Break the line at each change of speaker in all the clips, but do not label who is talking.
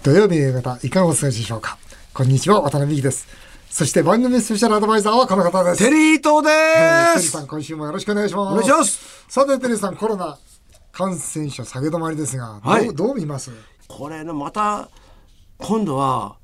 土曜日の夕方いかがお過ごしでしょうかこんにちは渡辺美希ですそして番組スペシャルアドバイザーはこの方です
テリートで
テ
ー
リー
す
さん今週もよろしくお願いします
お願いします
さてテリーさんコロナ感染者下げ止まりですが、
はい
どうどう見ます
これのまた今度は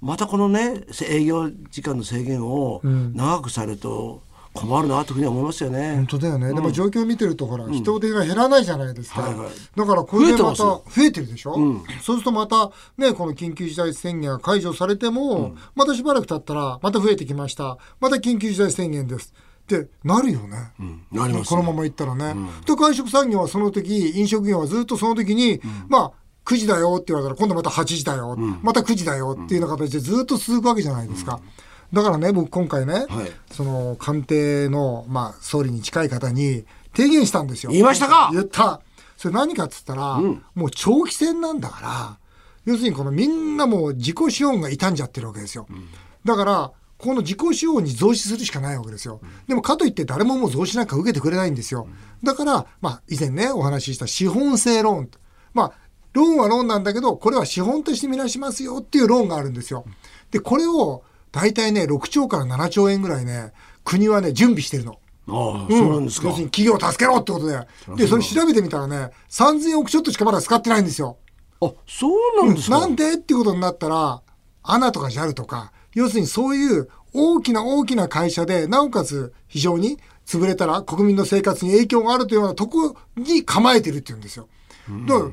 またこのね営業時間の制限を長くされると困るなというふうに思いますよね
本。当だよね、でも状況見てるとほら、人手が減らないじゃないですか、
はいはい
だからこれでまた
増
増えてるでしょ、そうするとまたねこの緊急事態宣言が解除されても、またしばらく経ったらまた増えてきましたまた緊急事態宣言ですってなるよね、
なります
この
ね、
ままいったらね、で外食産業はその時飲食業はずっとその時に、まあ9時だよって言われたら今度また8時だよ、また9時だよっていうような形でずっと続くわけじゃないですか、だからね僕今回ね、
はい
その官邸の、まあ、総理に近い方に提言したんですよ
言いましたか
言ったそれ何かっつったら、もう長期戦なんだから要するにこのみんなもう自己資本が傷んじゃってるわけですよ、だからこの自己資本に増資するしかないわけですよ、でもかといって誰ももう増資なんか受けてくれないんですよ、だから、まあ、以前ねお話しした資本性ローンまあローンはローンなんだけどこれは資本として見なしますよっていうローンがあるんですよでこれを大体ね6兆から7兆円ぐらいね国はね準備してるの。
ああそうなんですか。
要するに企業を助けろってことで。で、それ調べてみたらね、3000億ちょっとしかまだ使ってないんですよ。
あそうなんですか。
なんでってことになったら、アナとか JAL とか、要するにそういう大きな大きな会社で、なおかつ非常に潰れたら国民の生活に影響があるというようなとこに構えてるっていうんですよ。だか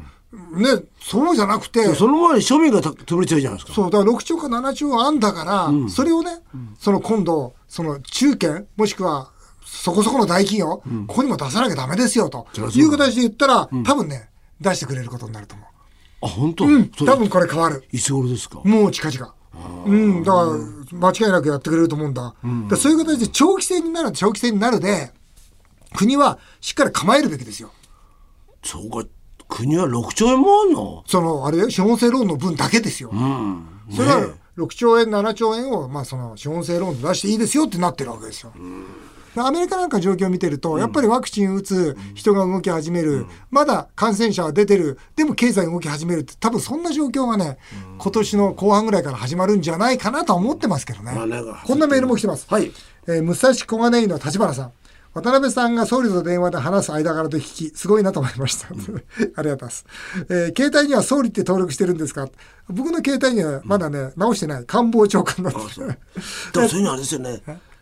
ら、ね、そうじゃなくて、
その前に庶民がた潰れちゃうじゃないですか。
そうだから6兆か7兆あんだから、それをね、その今度その中堅もしくはそこそこの大企業、ここにも出さなきゃダメですよと
そりゃそうだ
いう形で言ったら、多分ね出してくれることになると思
あ本当。
う、うん、
そ
多
れ
分これ変わる
いつ頃ですか。
もう近々うんだから間違いなくやってくれると思うんだ,、だからそういう形で長期戦になる長期戦になるで国はしっかり構えるべきですよ
そうか国は六兆円もあるの。
そのあれよ資本性ローンの分だけですよ、
うん。
それが6兆円7兆円を、まあ、その資本性ローンで出していいですよってなってるわけですよ。でアメリカなんか状況を見てると、やっぱりワクチン打つ人が動き始める、まだ感染者は出てるでも経済が動き始めるって多分そんな状況がね、今年の後半ぐらいから始まるんじゃないかなとは思ってますけどね、
まあね
こんなメールも来てます、
はい
えー武蔵小金井の立花さん渡辺さんが総理と電話で話す間柄と聞き、すごいなと思いました。 ありがとうございます。えー携帯には総理って登録してるんですか僕の携帯にはまだね、直してない。官房長官なんです ね。
でもそういうのあれですよね。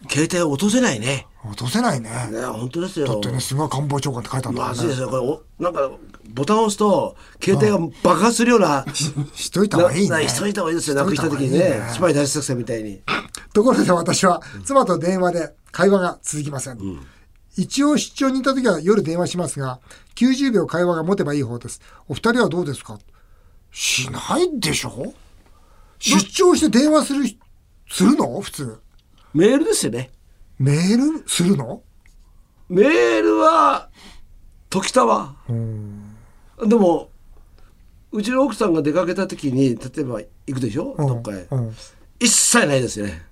携帯を落とせないね。
落とせないね。だ
ね本当ですよ。
ってね、すごい官房長官って書いてあるんだ
ま
か
ず
ら
い
ね
で。すよこれおなんかボタンを押すと携帯が爆発するような
しといた方がいい
な
ね。
なしといた方がいいですよなくした時
しと
に
いた方
ね
がいい
スパイ大作戦みたいに
ところで私は妻と電話で会話が続きません。一応出張に行った時は夜電話しますが、90秒会話が持てばいい方です。お二人はどうですかしないでしょ出張して電話する、するの普通。
メールですよね
メールするの
メールは時たわでもうちの奥さんが出かけた時に例えば行くでしょどっかへ
うん
一切ないですよね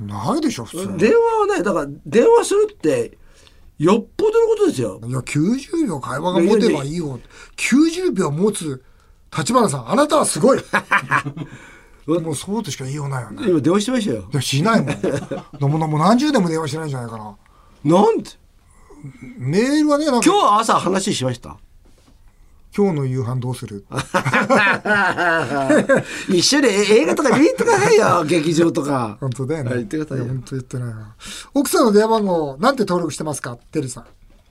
ないでしょ普通。
電話はないだから電話するってよっぽどのことですよ
いや、90秒会話が持てばいい方。90秒持つ、立花さん、あなたはす ごいもうそうとしか言いようないよね。
今電話してましたよ
いや、しないもん。でも、もう何十年も電話してないんじゃないかな。
なんで
メールはね、なんか
今日朝話しました
今日の夕飯どうする
一緒に映画とか見に行ってくださいよ劇場とか
本当だよね。
はい言ってくださいよ
や本当言ってないな。奥さんの電話番号、なんて登録してますかテリーさん。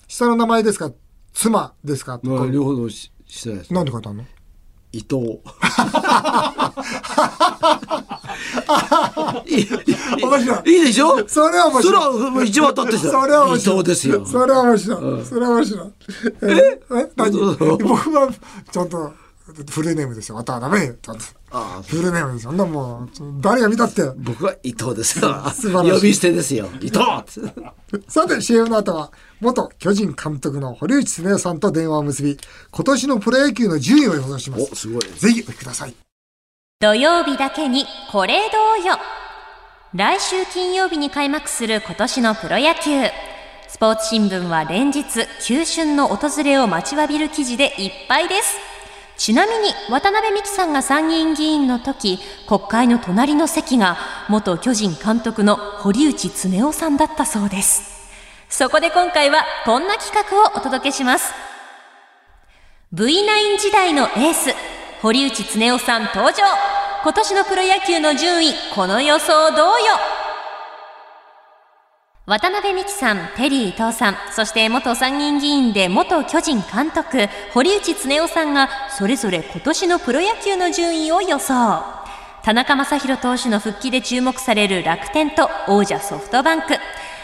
下の名前ですか妻ですか、
ま
こ
あ
れ
両方のししてないです
なんて書いてあるの
伊藤いい
面白
いいでしょ
それは面白い
それは一番取ってきた
それは面白い。
伊藤ですよ
それは面白い。それは面白い。ええ何
そうそう
僕は、ちゃんと、フルネームですよ。あとはダメよ。ちゃんと。
ああ
フルネームですよ。そんなもう、誰が見たって。
僕は伊藤ですよ
素晴らしい
呼び捨てですよ 伊藤
さて CM の後は元巨人監督の堀内恒雄さんと電話を結び今年のプロ野球の順位を予想しま
お
す
すごい
ぜひお聞きください
土曜日だけにこれどうよ来週金曜日に開幕する今年のプロ野球スポーツ新聞は連日球春の訪れを待ちわびる記事でいっぱいですちなみに渡辺美樹さんが参議院議員の時国会の隣の席が元巨人監督の堀内恒夫さんだったそうですそこで今回はこんな企画をお届けします V9 時代のエース堀内恒夫さん登場今年のプロ野球の順位この予想どうよ渡辺美樹さん、テリー伊藤さん、そして元参議院議員で元巨人監督、堀内恒夫さんが、それぞれ今年のプロ野球の順位を予想。田中将大投手の復帰で注目される楽天と王者ソフトバンク。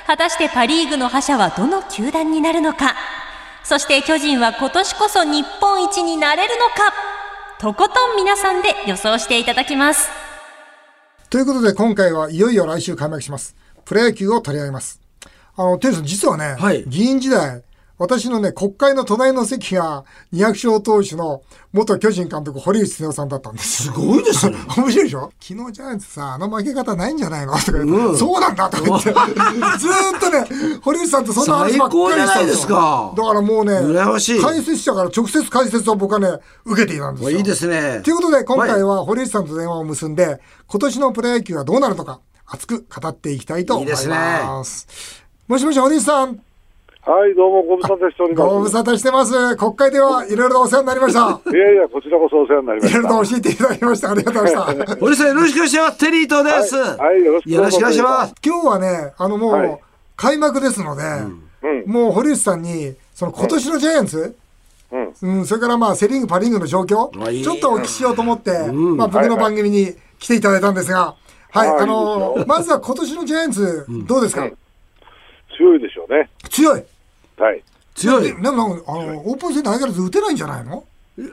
果たしてパリーグの覇者はどの球団になるのか。そして巨人は今年こそ日本一になれるのか。とことん皆さんで予想していただきます。
ということで、今回はいよいよ来週開幕します。プロ野球を取り上げます。あの、テリーさん、実はね、
はい
議員時代、私のね、国会の隣の席が200勝投手の元巨人監督、堀内恒夫さんだったんです。
すごいですね
面白いでしょ昨日ジャイアンツさ、あの負け方ないんじゃないのとか言って、
うん
そうなんだとか言 って、ずーっとね、堀内さんとそんな話ばっかりしてたん
最高じゃないですか
だからもうね、
羨ましい
解説者から直接解説を僕はね、受けていたんですよ。
いいですね
ということで、今回は堀内さんと電話を結んで、今年のプロ野球はどうなるのか、熱く語っていきたいと思います。
いい
もしもし、堀内さん、
はい、どうもご無沙汰しております。
ご無沙汰してます。国会ではいろいろとお世話になりました。
いやいや、こちらこそお世話になりま
い
した。
ろいろと教えていただきました。ありがとうございました。
堀さんよろしくお願いしますテリー伊藤です、
はいはいよろしく
よろしくお願いします
今日はね、あのもう、
はい
開幕ですので、
うん
もう堀内さんに、その今年のジャイアンツ、
うん
うん、それからまあセ・リーグ、パ・リーグの状況、
あいい
ちょっとお聞きしようと思って、まあ、僕の番組に来ていただいたんですが、はい、
はいはい
あの
いいですよ
まずは今年のジャイアンツ、どうですか、
強いでしょうね。
強い、
はい。
強い
ででもなんかあのオープン戦で相変わらず打てないんじゃないの
いや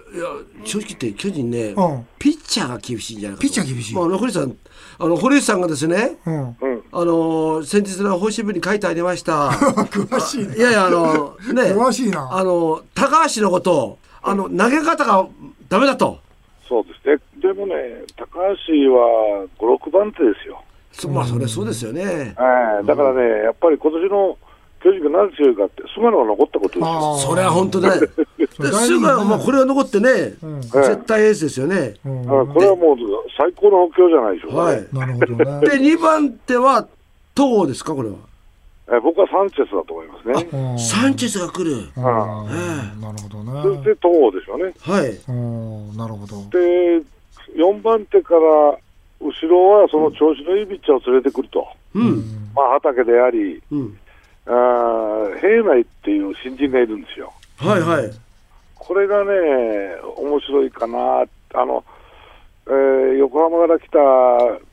正直言って巨人ね、
うん
ピッチャーが厳しいんじゃないかと
ピッチャー厳しい
まああの、堀内さんあの堀内さんがですね、
うん、
あのー先日の報新聞に書いてありました
詳しい
いやいやあのね
詳しいな
あの高橋のことあの投げ方がダメだと
そうですね。でもね、高橋は5、6番手ですよ。
そまあそれそうですよね、
はい。だからね、やっぱり今年の巨人がなぜ強いかって、菅野が残ったことですよ。
あー
それは本当 だね
れ大事
ですぐは、まあ、これが残ってね、絶対エースですよね、
だからこれはもう最高の補強じゃないでしょうか、
はい
ね
なるほどね
で2番手は戸郷ですかこれは、
え僕はサンチェスだと思いますね。
うん
サンチェスが来る
あーなるほど
そし
ね
て戸郷でしょうね。
はい
うんなるほど
で、4番手から後ろはその調子のいいピッチャーを連れてくると。
うん
まあ、畑であり、
うん
あー平内っていう新人がいるんですよ。
はいはい
これがね、面白いかな、あの、えー横浜から来た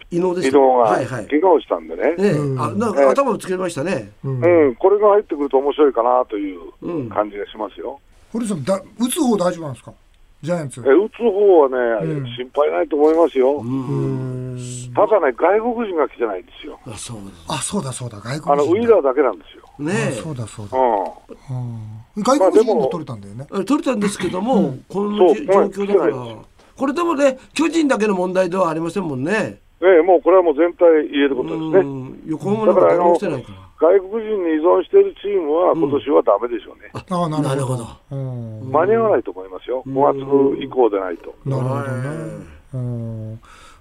伊能です
移
か
動が
はいはい
怪我をしたんでね、
ねえ、
うん
あなんか頭をつけましたね。
うん
うん、これが入ってくると面白いかなという
うん
感じがしますよ。
堀内さんだ打つ方大丈夫なんですかジャイアンツ
え打つ方はね、
うん
心配ないと思いますよ。
うん
ただね、外国人が来てないんですよ。
あそう
あそうだそうだ外
あの、
国
ウ
人
ィーラーだけなんですよ。
ですね
あそうだそうだ
う
うん外国人も取れたんだよね
え取れたんですけども、このじ
そ
状
う
況だか
はい
ら。これでもね、巨人だけの問題ではありませんもんね。
ん。ね、もうこれはもう全体言えることですね。
ん、横浜なんか誰も来てないから。
外国人に依存しているチームは今年はダメでしょうね。
ああな
な
る
る
ほ
ほ
ど
ど。
うん
間に合わないと思いますよ、5月以降でないと。
なるほどねうん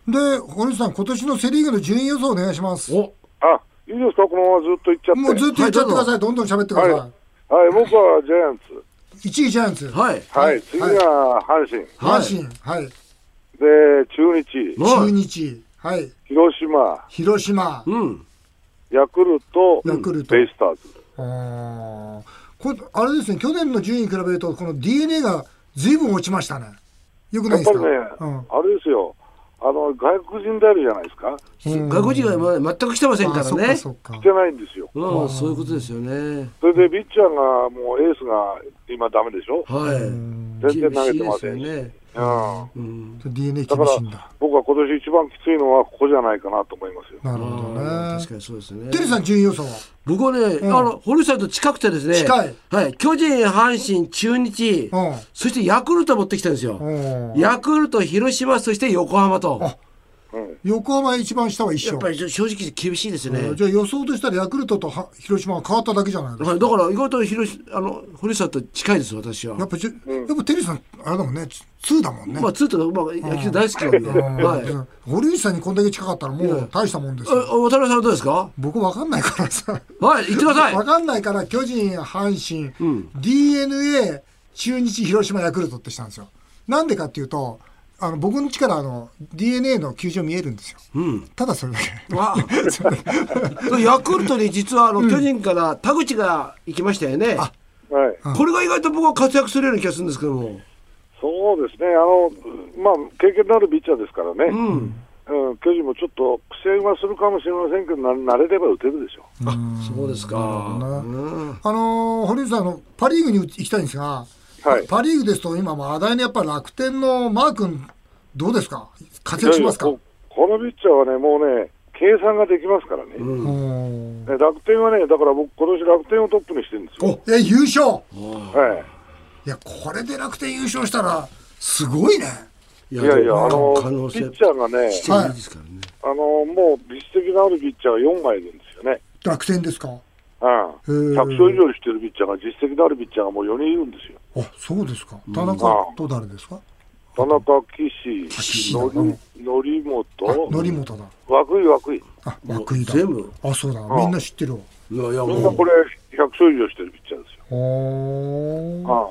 で堀内さん今年のセ・リーグの順位予想お願いします
お、
あいいですか、このままずっといっちゃって。
もうずっと言っちゃってください、どんどん喋ってください。
はいはい、僕はジャイアンツ、
1位ジャイアンツ、
はい。
はい
はい
次が阪神、
はい
阪神、はい、
で中日、
中日、はい、
広島、
広島、
うん。
ヤクルト、
ヤクルト
ベイスターズ。
あーこれあれですね、去年の順位に比べると、この d n a がずいぶん落ちましたね。よくな
や
い
っ
で
ぱ
す
り
か、
ね、あれですよ、あの外国人であるじゃないですか、
うん
外国人がま全く来てませんか
あ
ら
そっか
ね。
そっか
来。てないんですよ。
うん、そういうことですよね。
それでピッチャーがもうエースが今、ダメでしょ、
はい。
全然投げてま
です
せ
よ
んし。
ね。
うん
うん。
d n a
だか
厳
ら
しいんだ。
僕は今年一番きついのはここじゃないかなと思いますよ。
なるほど
あー
ね
確。かにそうですね。
テリーさん、順位予想は
僕はね、あの堀内さんと近くてですね
近い
はい、巨人阪神中日、
うん
そしてヤクルト持ってきたんですよ、
うん
ヤクルト広島そして横浜と
あ
うん
横浜一番下は一
や
緒
っぱりちょ正直厳しいですね。
うんじゃあ予想としたらヤクルトとは広島は変わっただけじゃないですか
はい、だから意外と広しあの堀内さんと近いです私は。
やっぱちょやっぱテリーさんあれだもんねツ2だもんね、
まあツーとまあ野球大好きなんで。はい。
うん堀内さんにこんだけ近かったらもう大したもんです
え
よ
渡辺さんはどうですか。
僕わかんないからさ
はい言ってください。
わかんないから巨人阪神、d n a 中日広島ヤクルトってしたんですよなんでかっていうとあの僕の家からあの d n a の球場見えるんですよ、ただそれだけ
わあヤクルトに実はあの巨人から田口が行きましたよね、
はい、
これが意外と僕は活躍するような気がするんですけども、
そうですね、あのまあ、経験のあるピッチャーですからね、うん巨人もちょっと苦戦はするかもしれませんけど、な慣れれば打てるでしょう。
あそうですか、
あのー堀内さんあのパ・リーグに行きたいんですが、
はい
パ・リーグですと今話題のやっぱ楽天のマー君どうですか活躍しますか
いやいやここのピッチャーはね、もうね、計算ができますからね、
うーん
ね楽天はね、だから僕、今年楽天をトップにしてるんですよ。
え優勝
はい
やこれで楽天優勝したらすごいね
い
い、いやいや、あの
可能
ピ
性
ッチャーがね、
していいですからね、
あのもう実績のあるピッチャーが4枚いるんですよね。
楽天ですか
うん、
へー
100勝以上してるピッチャーが実績のあるピッチャーがもう4人いるんですよ。
あそうですか田中と誰ですか
田中、岸、
岸
の
うん
り、のりもと、
あ則本だ
涌井、涌井。
あ涌井だ
全部
あそうだみんな知ってるわ
いやいや
みんな
も
これ、100勝以上してるピッチャーですよ。
おー
あ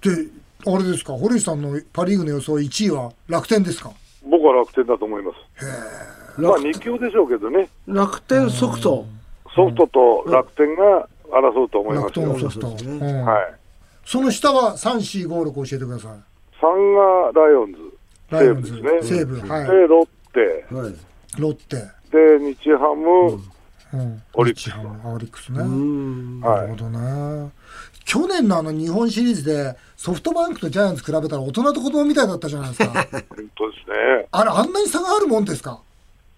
であれですか堀内さんのパ・リーグの予想1位は楽天ですか
あ僕は楽天だと思います。
う
まあ、
楽
2強でしょうけどね、
楽天ソフト
ソフトと楽天が争うと思いま
楽
す
天
よ。
のソ
はい。
フト、
そうですね
うんその下は3、4、5、6教えてください。
3がライオンズ、
ライオンズ、
西
西
武
武、
ですね。
は
で、ロッテ、
はい
い、ロッテ、
で、日ハム、
うん、
オリックス
日ハムオリックスね。
うん
なるほどね。去年のあの日本シリーズでソフトバンクとジャイアンツ比べたら大人と子供みたいだったじゃないです か。
本当です
あれ、あんなに差があるもんですか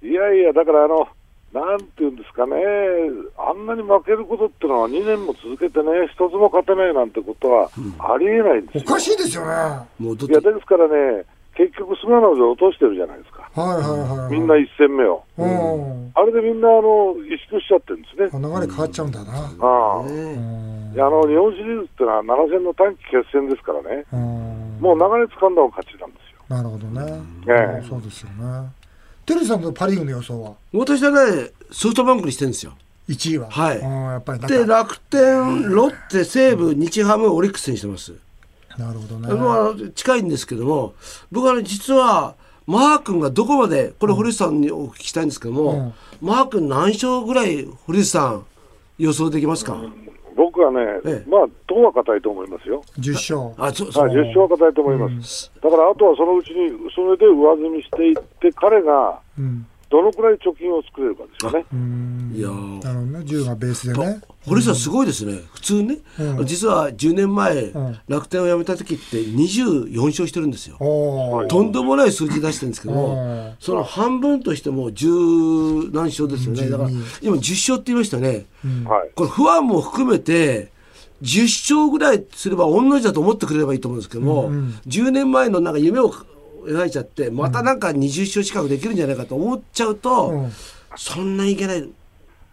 ね。いやいや、だからあの、なんていうんですかね、あんなに負けることってのは2年も続けてね、一つも勝てないなんてことはありえないんです
お
よ。
かしいですよね。はい
もうどっ
いや、
ち
ですからね、結局、菅野で落としてるじゃないですか、
はいはい。
みんな、一戦目を。
うん。
あれでみんな、あの、萎縮しちゃってるんですね。
流れ変わっちゃうんだな。
ああ
ね
いやあの日本シリーズってのは7戦の短期決戦ですからね、
うん。
もう流れ掴んだの勝ちなんですよ。
なるほどね。
ええ
そうですよね。テリーさんのパ・リーグの予想は
私はねソフトバンクにしてるんですよ
?1 位は。
はい
うんやっぱりだか
で
ら
楽天ロッテ西武日ハムオリックスにしてます、
なるほどね。
まあ、近いんですけども僕はね実はマー君がどこまでこれ堀内さんにお聞きしたいんですけども、マー君何勝ぐらい堀内さん予想できますか、
僕はね、
ええ
まあ、党は硬いと思いますよ、
10勝。
あそうそ
は
う
い、10勝は硬いと思います、だからあとはそのうちに、それで上積みしていって、彼が
うん。
どのくらい貯金を作れるかですよね、
いや
な
ー
るほどね。10がベースでね。
堀内さんすごいですね普通ね、
うん
実は10年前、
ん
楽天を辞めた時って24勝してるんですよ、
おー
とんでもない数字出してるんですけども、
うん
その半分としても十何勝ですよねだから今10勝って言いましたね、
はい、
これ不安も含めて10勝ぐらいすれば同じだと思ってくれればいいと思うんですけども、10年前のなんか夢を描いちゃってまたなんか20勝近くできるんじゃないかと思っちゃうと、
うん
そんないけない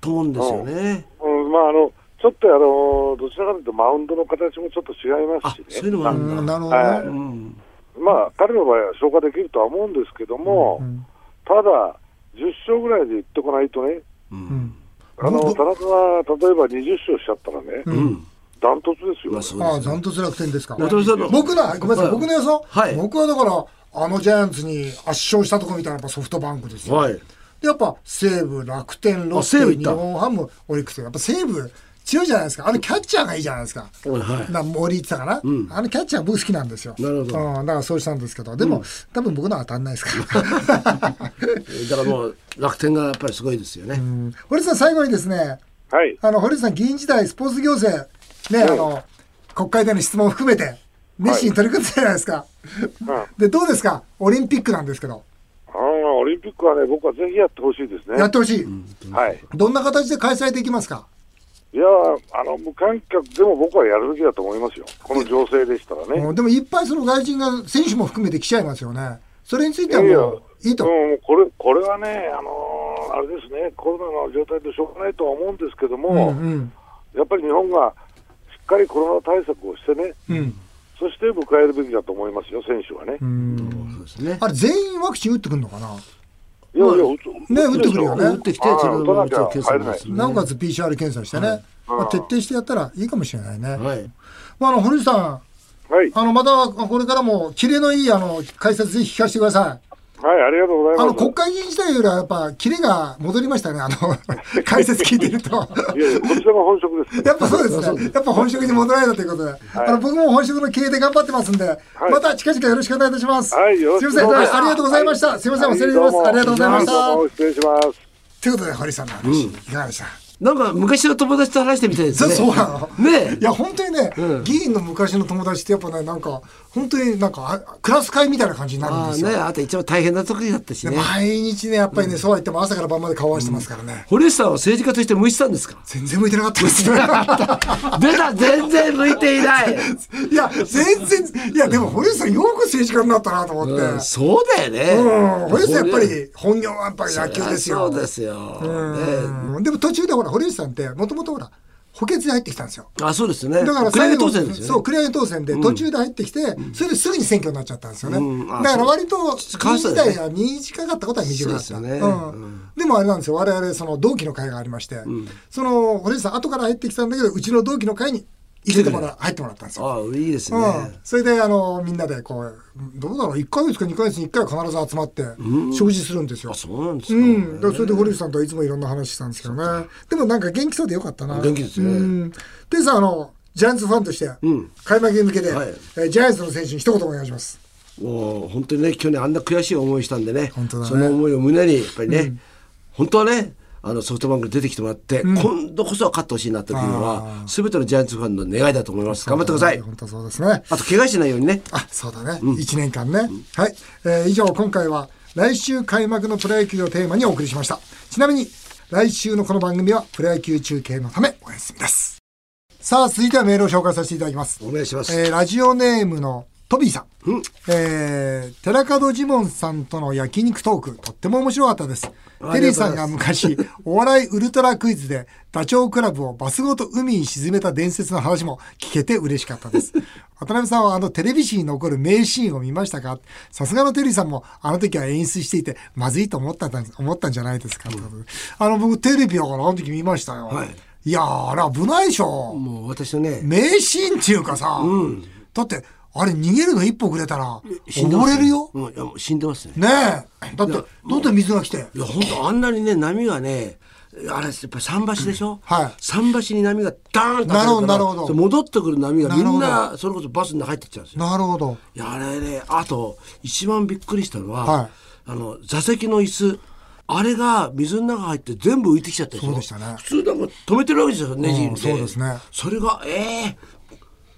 と思うんですよね。
うんまあ、あのちょっとあのどちらかというと、マウンドの形もちょっと違いますしね
あ。そういうのもあるんだ
うんなるほど
はい
ね。
うん
まあ、彼の場合は消化できるとは思うんですけども、ただ、10勝ぐらいでいってこないとね、
ん
あの
僕
田中が例えば20勝しちゃったらね、ダントツですよ、
まあそう
あ
で
あ、
すね
断トツ楽天ですか。
渡辺さんの
僕な、ごめんなさ
はい
い、僕の予想。
はい
僕はだから、あのジャイアンツに圧勝したとこみたいなやっぱソフトバンクですよ。
はい
で、やっぱ西武、楽天、ロ
あ西
ッテ、
武行っ
日
た
本ハム、オリックス。やっぱ西武、強いじゃないですか。あのキャッチャーがいいじゃないですか。
はいはい
な森って言ってたかな、あのキャッチャー僕好きなんですよ。
なるほど
うん、だからそうしたんですけど、でも、多分僕のは当たんないですから。
だからもう楽天がやっぱりすごいですよね。
うん堀内さん、最後にですね、
はい、
あの堀内さん、議員時代、スポーツ行政、ね、あの国会での質問を含めて、熱心に取り組んでたじゃないですか。で、どうですか、オリンピックなんですけど、
あーオリンピックはね、僕はぜひやってほしいですね。
やってほしい、
はい、
どんな形で開催できますか、
いやーあの、無観客でも僕はやるべきだと思いますよ、この情勢でしたらね。
うんでもいっぱいその外人が、選手も含めて来ちゃいますよね、それについ
い
て
や
はい
や
もう、いいと。
うん、これこれはね、あのーあれですね、コロナの状態でしょうがないとは思うんですけど
うん
も、
うん
やっぱり日本がしっかりコロナ対策をしてね、
うん
そして迎えるべきだと思いますよ、選手はね。
うん
そうですね
あれ全員ワクチン打ってくるのかない
やいや、
まあ
打つ
ね
打つ
打ってくるよね
打ってきてそれを
打たなきゃ入れない
検査
なおかつ PCR 検査してね、まあ徹底してやったらいいかもしれないね。
はい
まあ、あの堀内さん、
はい、
あのまたこれからもキレのいいあの解説ぜひ聞かせてください。
はい、ありがとうござ
あ
い
の
ます。
国会議員時代よりはやっぱキレが戻りましたね、あの 解説聞いてると。
いやいや、こちらが本職で す。
やっぱそうですね。やっぱ本職に戻られたということで、あの僕も本職の経営で頑張ってますんで、また近々よろしくお願いいたします。
はいよろ
す
し
みま
く
せん、
どうぞ
ありがとうございました。すみません、お
は
世話になります。ありがとうございまし
どう
た。
も失礼します。
ということで、堀さんの話、いかがでした
なんか昔の友達と話してみたいです
そう
ね
そうなの。
ねえ
いや本当にね、
うん
議員の昔の友達ってやっぱねなんか本当になんかあクラス会みたいな感じになるん
あ
で
あ
すよ。
ねあと一番大変な時だったし
で
ね
毎日ねやっぱりね、そうは言っても朝から晩まで顔合わせてますからね、
堀内さんは政治家として向いてたんですか
全然向いてなかったですね。
出た全然向いてい ない
いや全然いやでも堀内さんよく政治家になったなと思って、
うんそうだよね
うん、堀内さんやっぱり本業はやっぱり野球ですよ。
そうですよね
うんでも途中でほら堀内さんってもともとほら補欠で入ってきたんですよ。
あそうですね
だから
クラ
最
ゲ
後
当選ですよね
そう、繰り上げ当選で途中で入ってきて、それですぐに選挙になっちゃったんですよね。
うんあ
だから割と、
そう
議員時代は短かったことは短かっ
そ
た。
うですよね
うん
う
でもあれなんですよ、我々その同期の会がありまして、その堀内さん後から入ってきたんだけど、うちの同期の会に入れてもら入ってもらったんですよ。
ああいいですね
うん、それであのみんなでこうどうだろう1か月か2か月に1回は必ず集まって食事するんですよ。
あそうなんです
う
か
ん、だからそれで堀内さんとはいつもいろんな話したんですけどね。でもなんか元気そうでよかったな。
元気ですね
うんでさ、あの、ジャイアンツファンとして、開幕に向けて、
はい
えージャイアンツの選手に一言お願いします。
もう本当にね去年あんな悔しい思いしたんでね
本当だね
その思いを胸にやっぱりね、本当はねあのソフトバンクに出てきてもらって、今度こそは勝ってほしいなというのは全てのジャイアンツファンの願いだと思います頑張ってください
本当そうですね。
あと怪我しないようにね
あ、そうだね。一、年間ね。はい。えー以上、今回は来週開幕のプロ野球をテーマにお送りしました。ちなみに、来週のこの番組はプロ野球中継のためお休みです。さあ、続いてはメールを紹介させていただきます。
お願いします、
えーラジオネームのトビーさん。
うん
えー、寺門ジモンさんとの焼肉トーク、とっても面白かったです。テリーさんが 昔、お笑いウルトラクイズで、ダチョウ倶楽部をバスごと海に沈めた伝説の話も聞けて嬉しかった です。渡辺さんはあのテレビ史に残る名シーンを見ましたかさすがのテリーさんも、あの時は演出していて、まずいと思ったんだ思ったんじゃないですか、ということであの、僕テレビだからあの時見ましたよ。
はい
い、やー、あれ危ないでしょ。
もう私のね
名シーンっていうかさ、だってあれ逃げるの一歩遅れたら
死んでま
溺
すね
れるよ、
うんいやもう死んでますね
ねえだってどんどん水が来て
いや本当あんなにね波がねあれやっぱ桟橋でしょ、
はい
桟橋に波がダーンと当た
なるほどなるほど
そう戻ってくる波がみん
なる
なそれこそバスに入ってっちゃうんですよ
なるほど
いやあれねあと一番びっくりしたのは、
はい
あの座席の椅子あれが水の中入って全部浮いてきちゃったでしょ
そうでしたね
普通なんか止めてるわけですよネジで、
うんそうですね
それがえ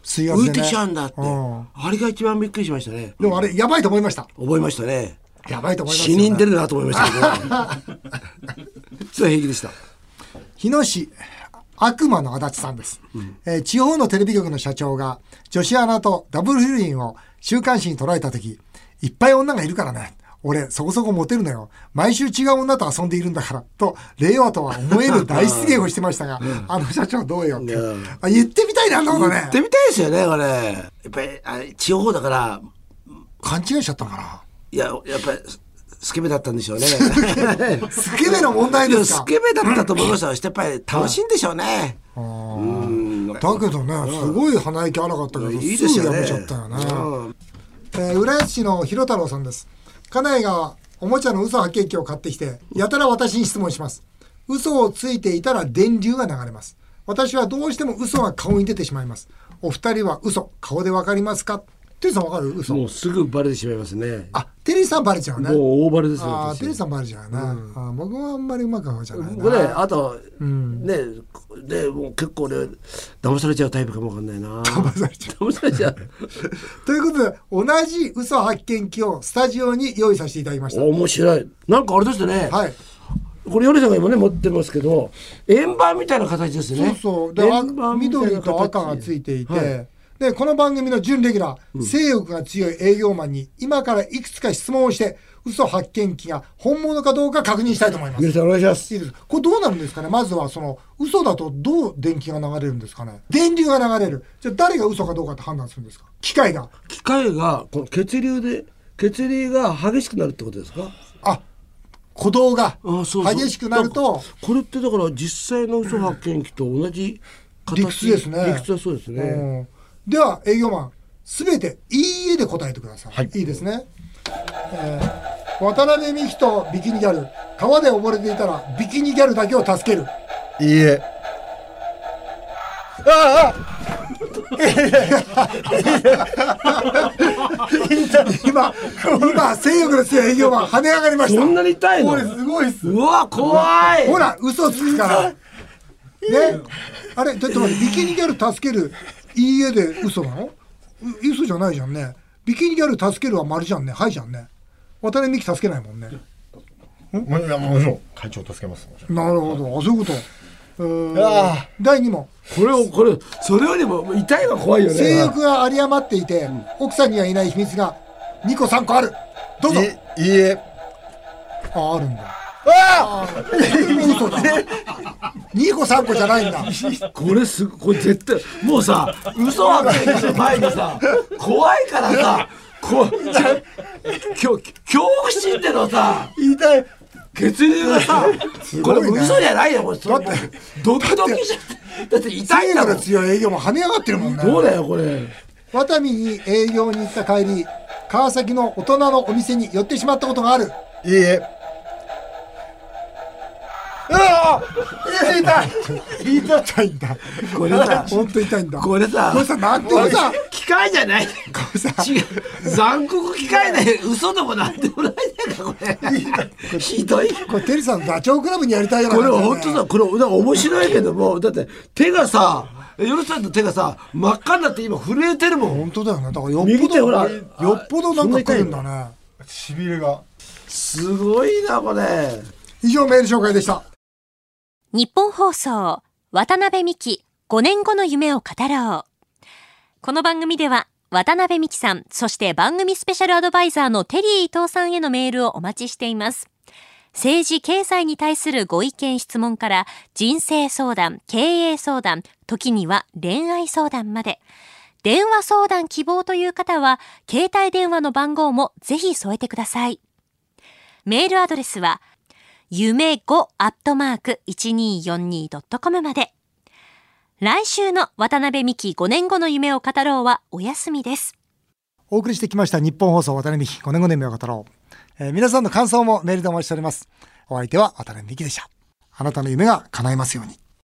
水
え
圧で、ね、
浮いてきちゃうんだって、
う
あれが一番びっくりしましたね
でもあれやばいと思いました
覚えましたね
やばいと思いました
死人出るなと思 いましたけど それは平気でした
日野市悪魔の足立さんです、えー地方のテレビ局の社長が女子アナとダブル不倫を週刊誌に捉えた時いっぱい女がいるからね俺そこそこモテるのよ毎週違う女と遊んでいるんだからと令和とは思え る大失言をしてましたが、あの社長どうよって、
うん
あ言ってみたいなあんなこと
行
ね
ってみたいですよねこれやっぱりあれ地方だから
勘違いしちゃったのか
いややっぱりススケベだったんでしょうね
なスケベの問題
い
で
や
す
ス
か
ケベだったと思いますよ。やっぱり楽しいんでしょうね。
あー
うん
だけどね、すごい鼻息荒かったけど、
いいですす
ぐ
よ
や
ね。
めちゃったよね。
うん
えー浦安市の広太郎さんです家内がおもちゃの嘘発見器を買ってきてやたら私に質問します嘘をついていたら電流が流れます私はどうしても嘘が顔に出てしまいますお二人は嘘顔でわかりますかテリーさんわかる嘘
もうすぐバレてしまいますね。
あテリーさんバレちゃうね
もう大バレですよ。
あー
私
テリーさんバレちゃうね、あー僕はあんまりうまくはじゃないな
これあとねでもう結構ね騙されちゃうタイプかもわかんない な。騙
されちゃ
う。騙されちゃう。
ということで同じ嘘発見器をスタジオに用意させていただきました
面白い。なんかあれですね。
はい
これヨネさんが今ね持ってますけど円盤みたいな形ですね。
そうそうであ
円盤みたいな
緑と赤がついていて、でこの番組の準レギュラー、性欲が強い営業マンに今からいくつか質問をして嘘発見器が本物かどうか確認したいと思います。
皆さんお願いします
いいですこれどうなるんですかねまずはその嘘だとどう電気が流れるんですかね電流が流れるじゃあ誰が嘘かどうかって判断するんですか機械が
機械がこの血流で血流が激しくなるってことですか
あ鼓動が
あそうそう
激しくなる
だ
と
からこれってだから実際の嘘発見器と同じ形
理屈ですね
理屈はそうですね、
うんでは営業マンすべて「いいえ」で答えてください、い、いですね、えー渡辺美希とビキニギャル川で溺れていたらビキニギャルだけを助ける
いいえ。
今今性欲ですよ営業マン跳ね上がりました
そんなに痛いの
これすごいっす
うわ怖い
ほら、嘘つくから。ね。あれ、ちょっと待って、ビキニギャル助ける、いいえで嘘なのう嘘じゃないじゃんね。ビキニギャル助けるは丸じゃんね。はいじゃんね。渡辺美樹助けないもんね。
もういやもちろん会長を助けます。もちろん
なるほど。あ、そういうこと。うーん
あ
第2問
これをこれそれよりも痛いのが怖いよ
性
ね
欲が有り余っていて、奥さんにはいない秘密が2個3個あるどうぞ
いいいえ。
ああるんだ嘘だ2個3個じゃないんだ
これすごこれ絶対もうさ嘘発見器の前にさ怖いからさこきょ恐怖心ってのさ
痛い。
血流がさ、これ
ごいね
嘘じゃないよ、これ。だって、ドキドキじゃん。だって痛い
性
ん
欲
だも
の
ん。
強い営業も跳ね上がってるもんね
どうだよ、これ。
ワタミに営業に行った帰り、川崎の大人のお店に寄ってしまったことがある。
いいえ。ああ痛い痛い
痛いんだ。
これさ、
本当痛いんだ。
これさ
これさ、なんでもさ、
機械じゃない。
これさ、
違う。残酷機械だよ。嘘でもなんでもないじゃんか、これ。ひどい。
これテリーさんダチョウ倶楽部にやりたいような
これ
感じだね
本当さ、これ、だから面白いけども、だって手がさ、ヨルさんの手がさ、真っ赤になって今震えてるもん。
本当だよね。だからよっ
右
ぽ
手ほ
ど、
ら
よっぽどなんか来るんだね。
痺れが。
すごいな、これ。
以上メール紹介でした。
日本放送、渡辺美希、5年後の夢を語ろう。この番組では、渡辺美希さん、そして番組スペシャルアドバイザーのテリー伊藤さんへのメールをお待ちしています。政治、経済に対するご意見、質問から、人生相談、経営相談、時には恋愛相談まで。電話相談希望という方は、携帯電話の番号もぜひ添えてください。メールアドレスは、夢5アットマーク 1242.com まで。来週の渡辺美希5年後の夢を語ろうはお休みです。
お送りしてきました日本放送渡辺美希5年5年目を語ろう、えー皆さんの感想もメールでお待ちしております。お相手は渡辺美希でした。あなたの夢が叶いますように。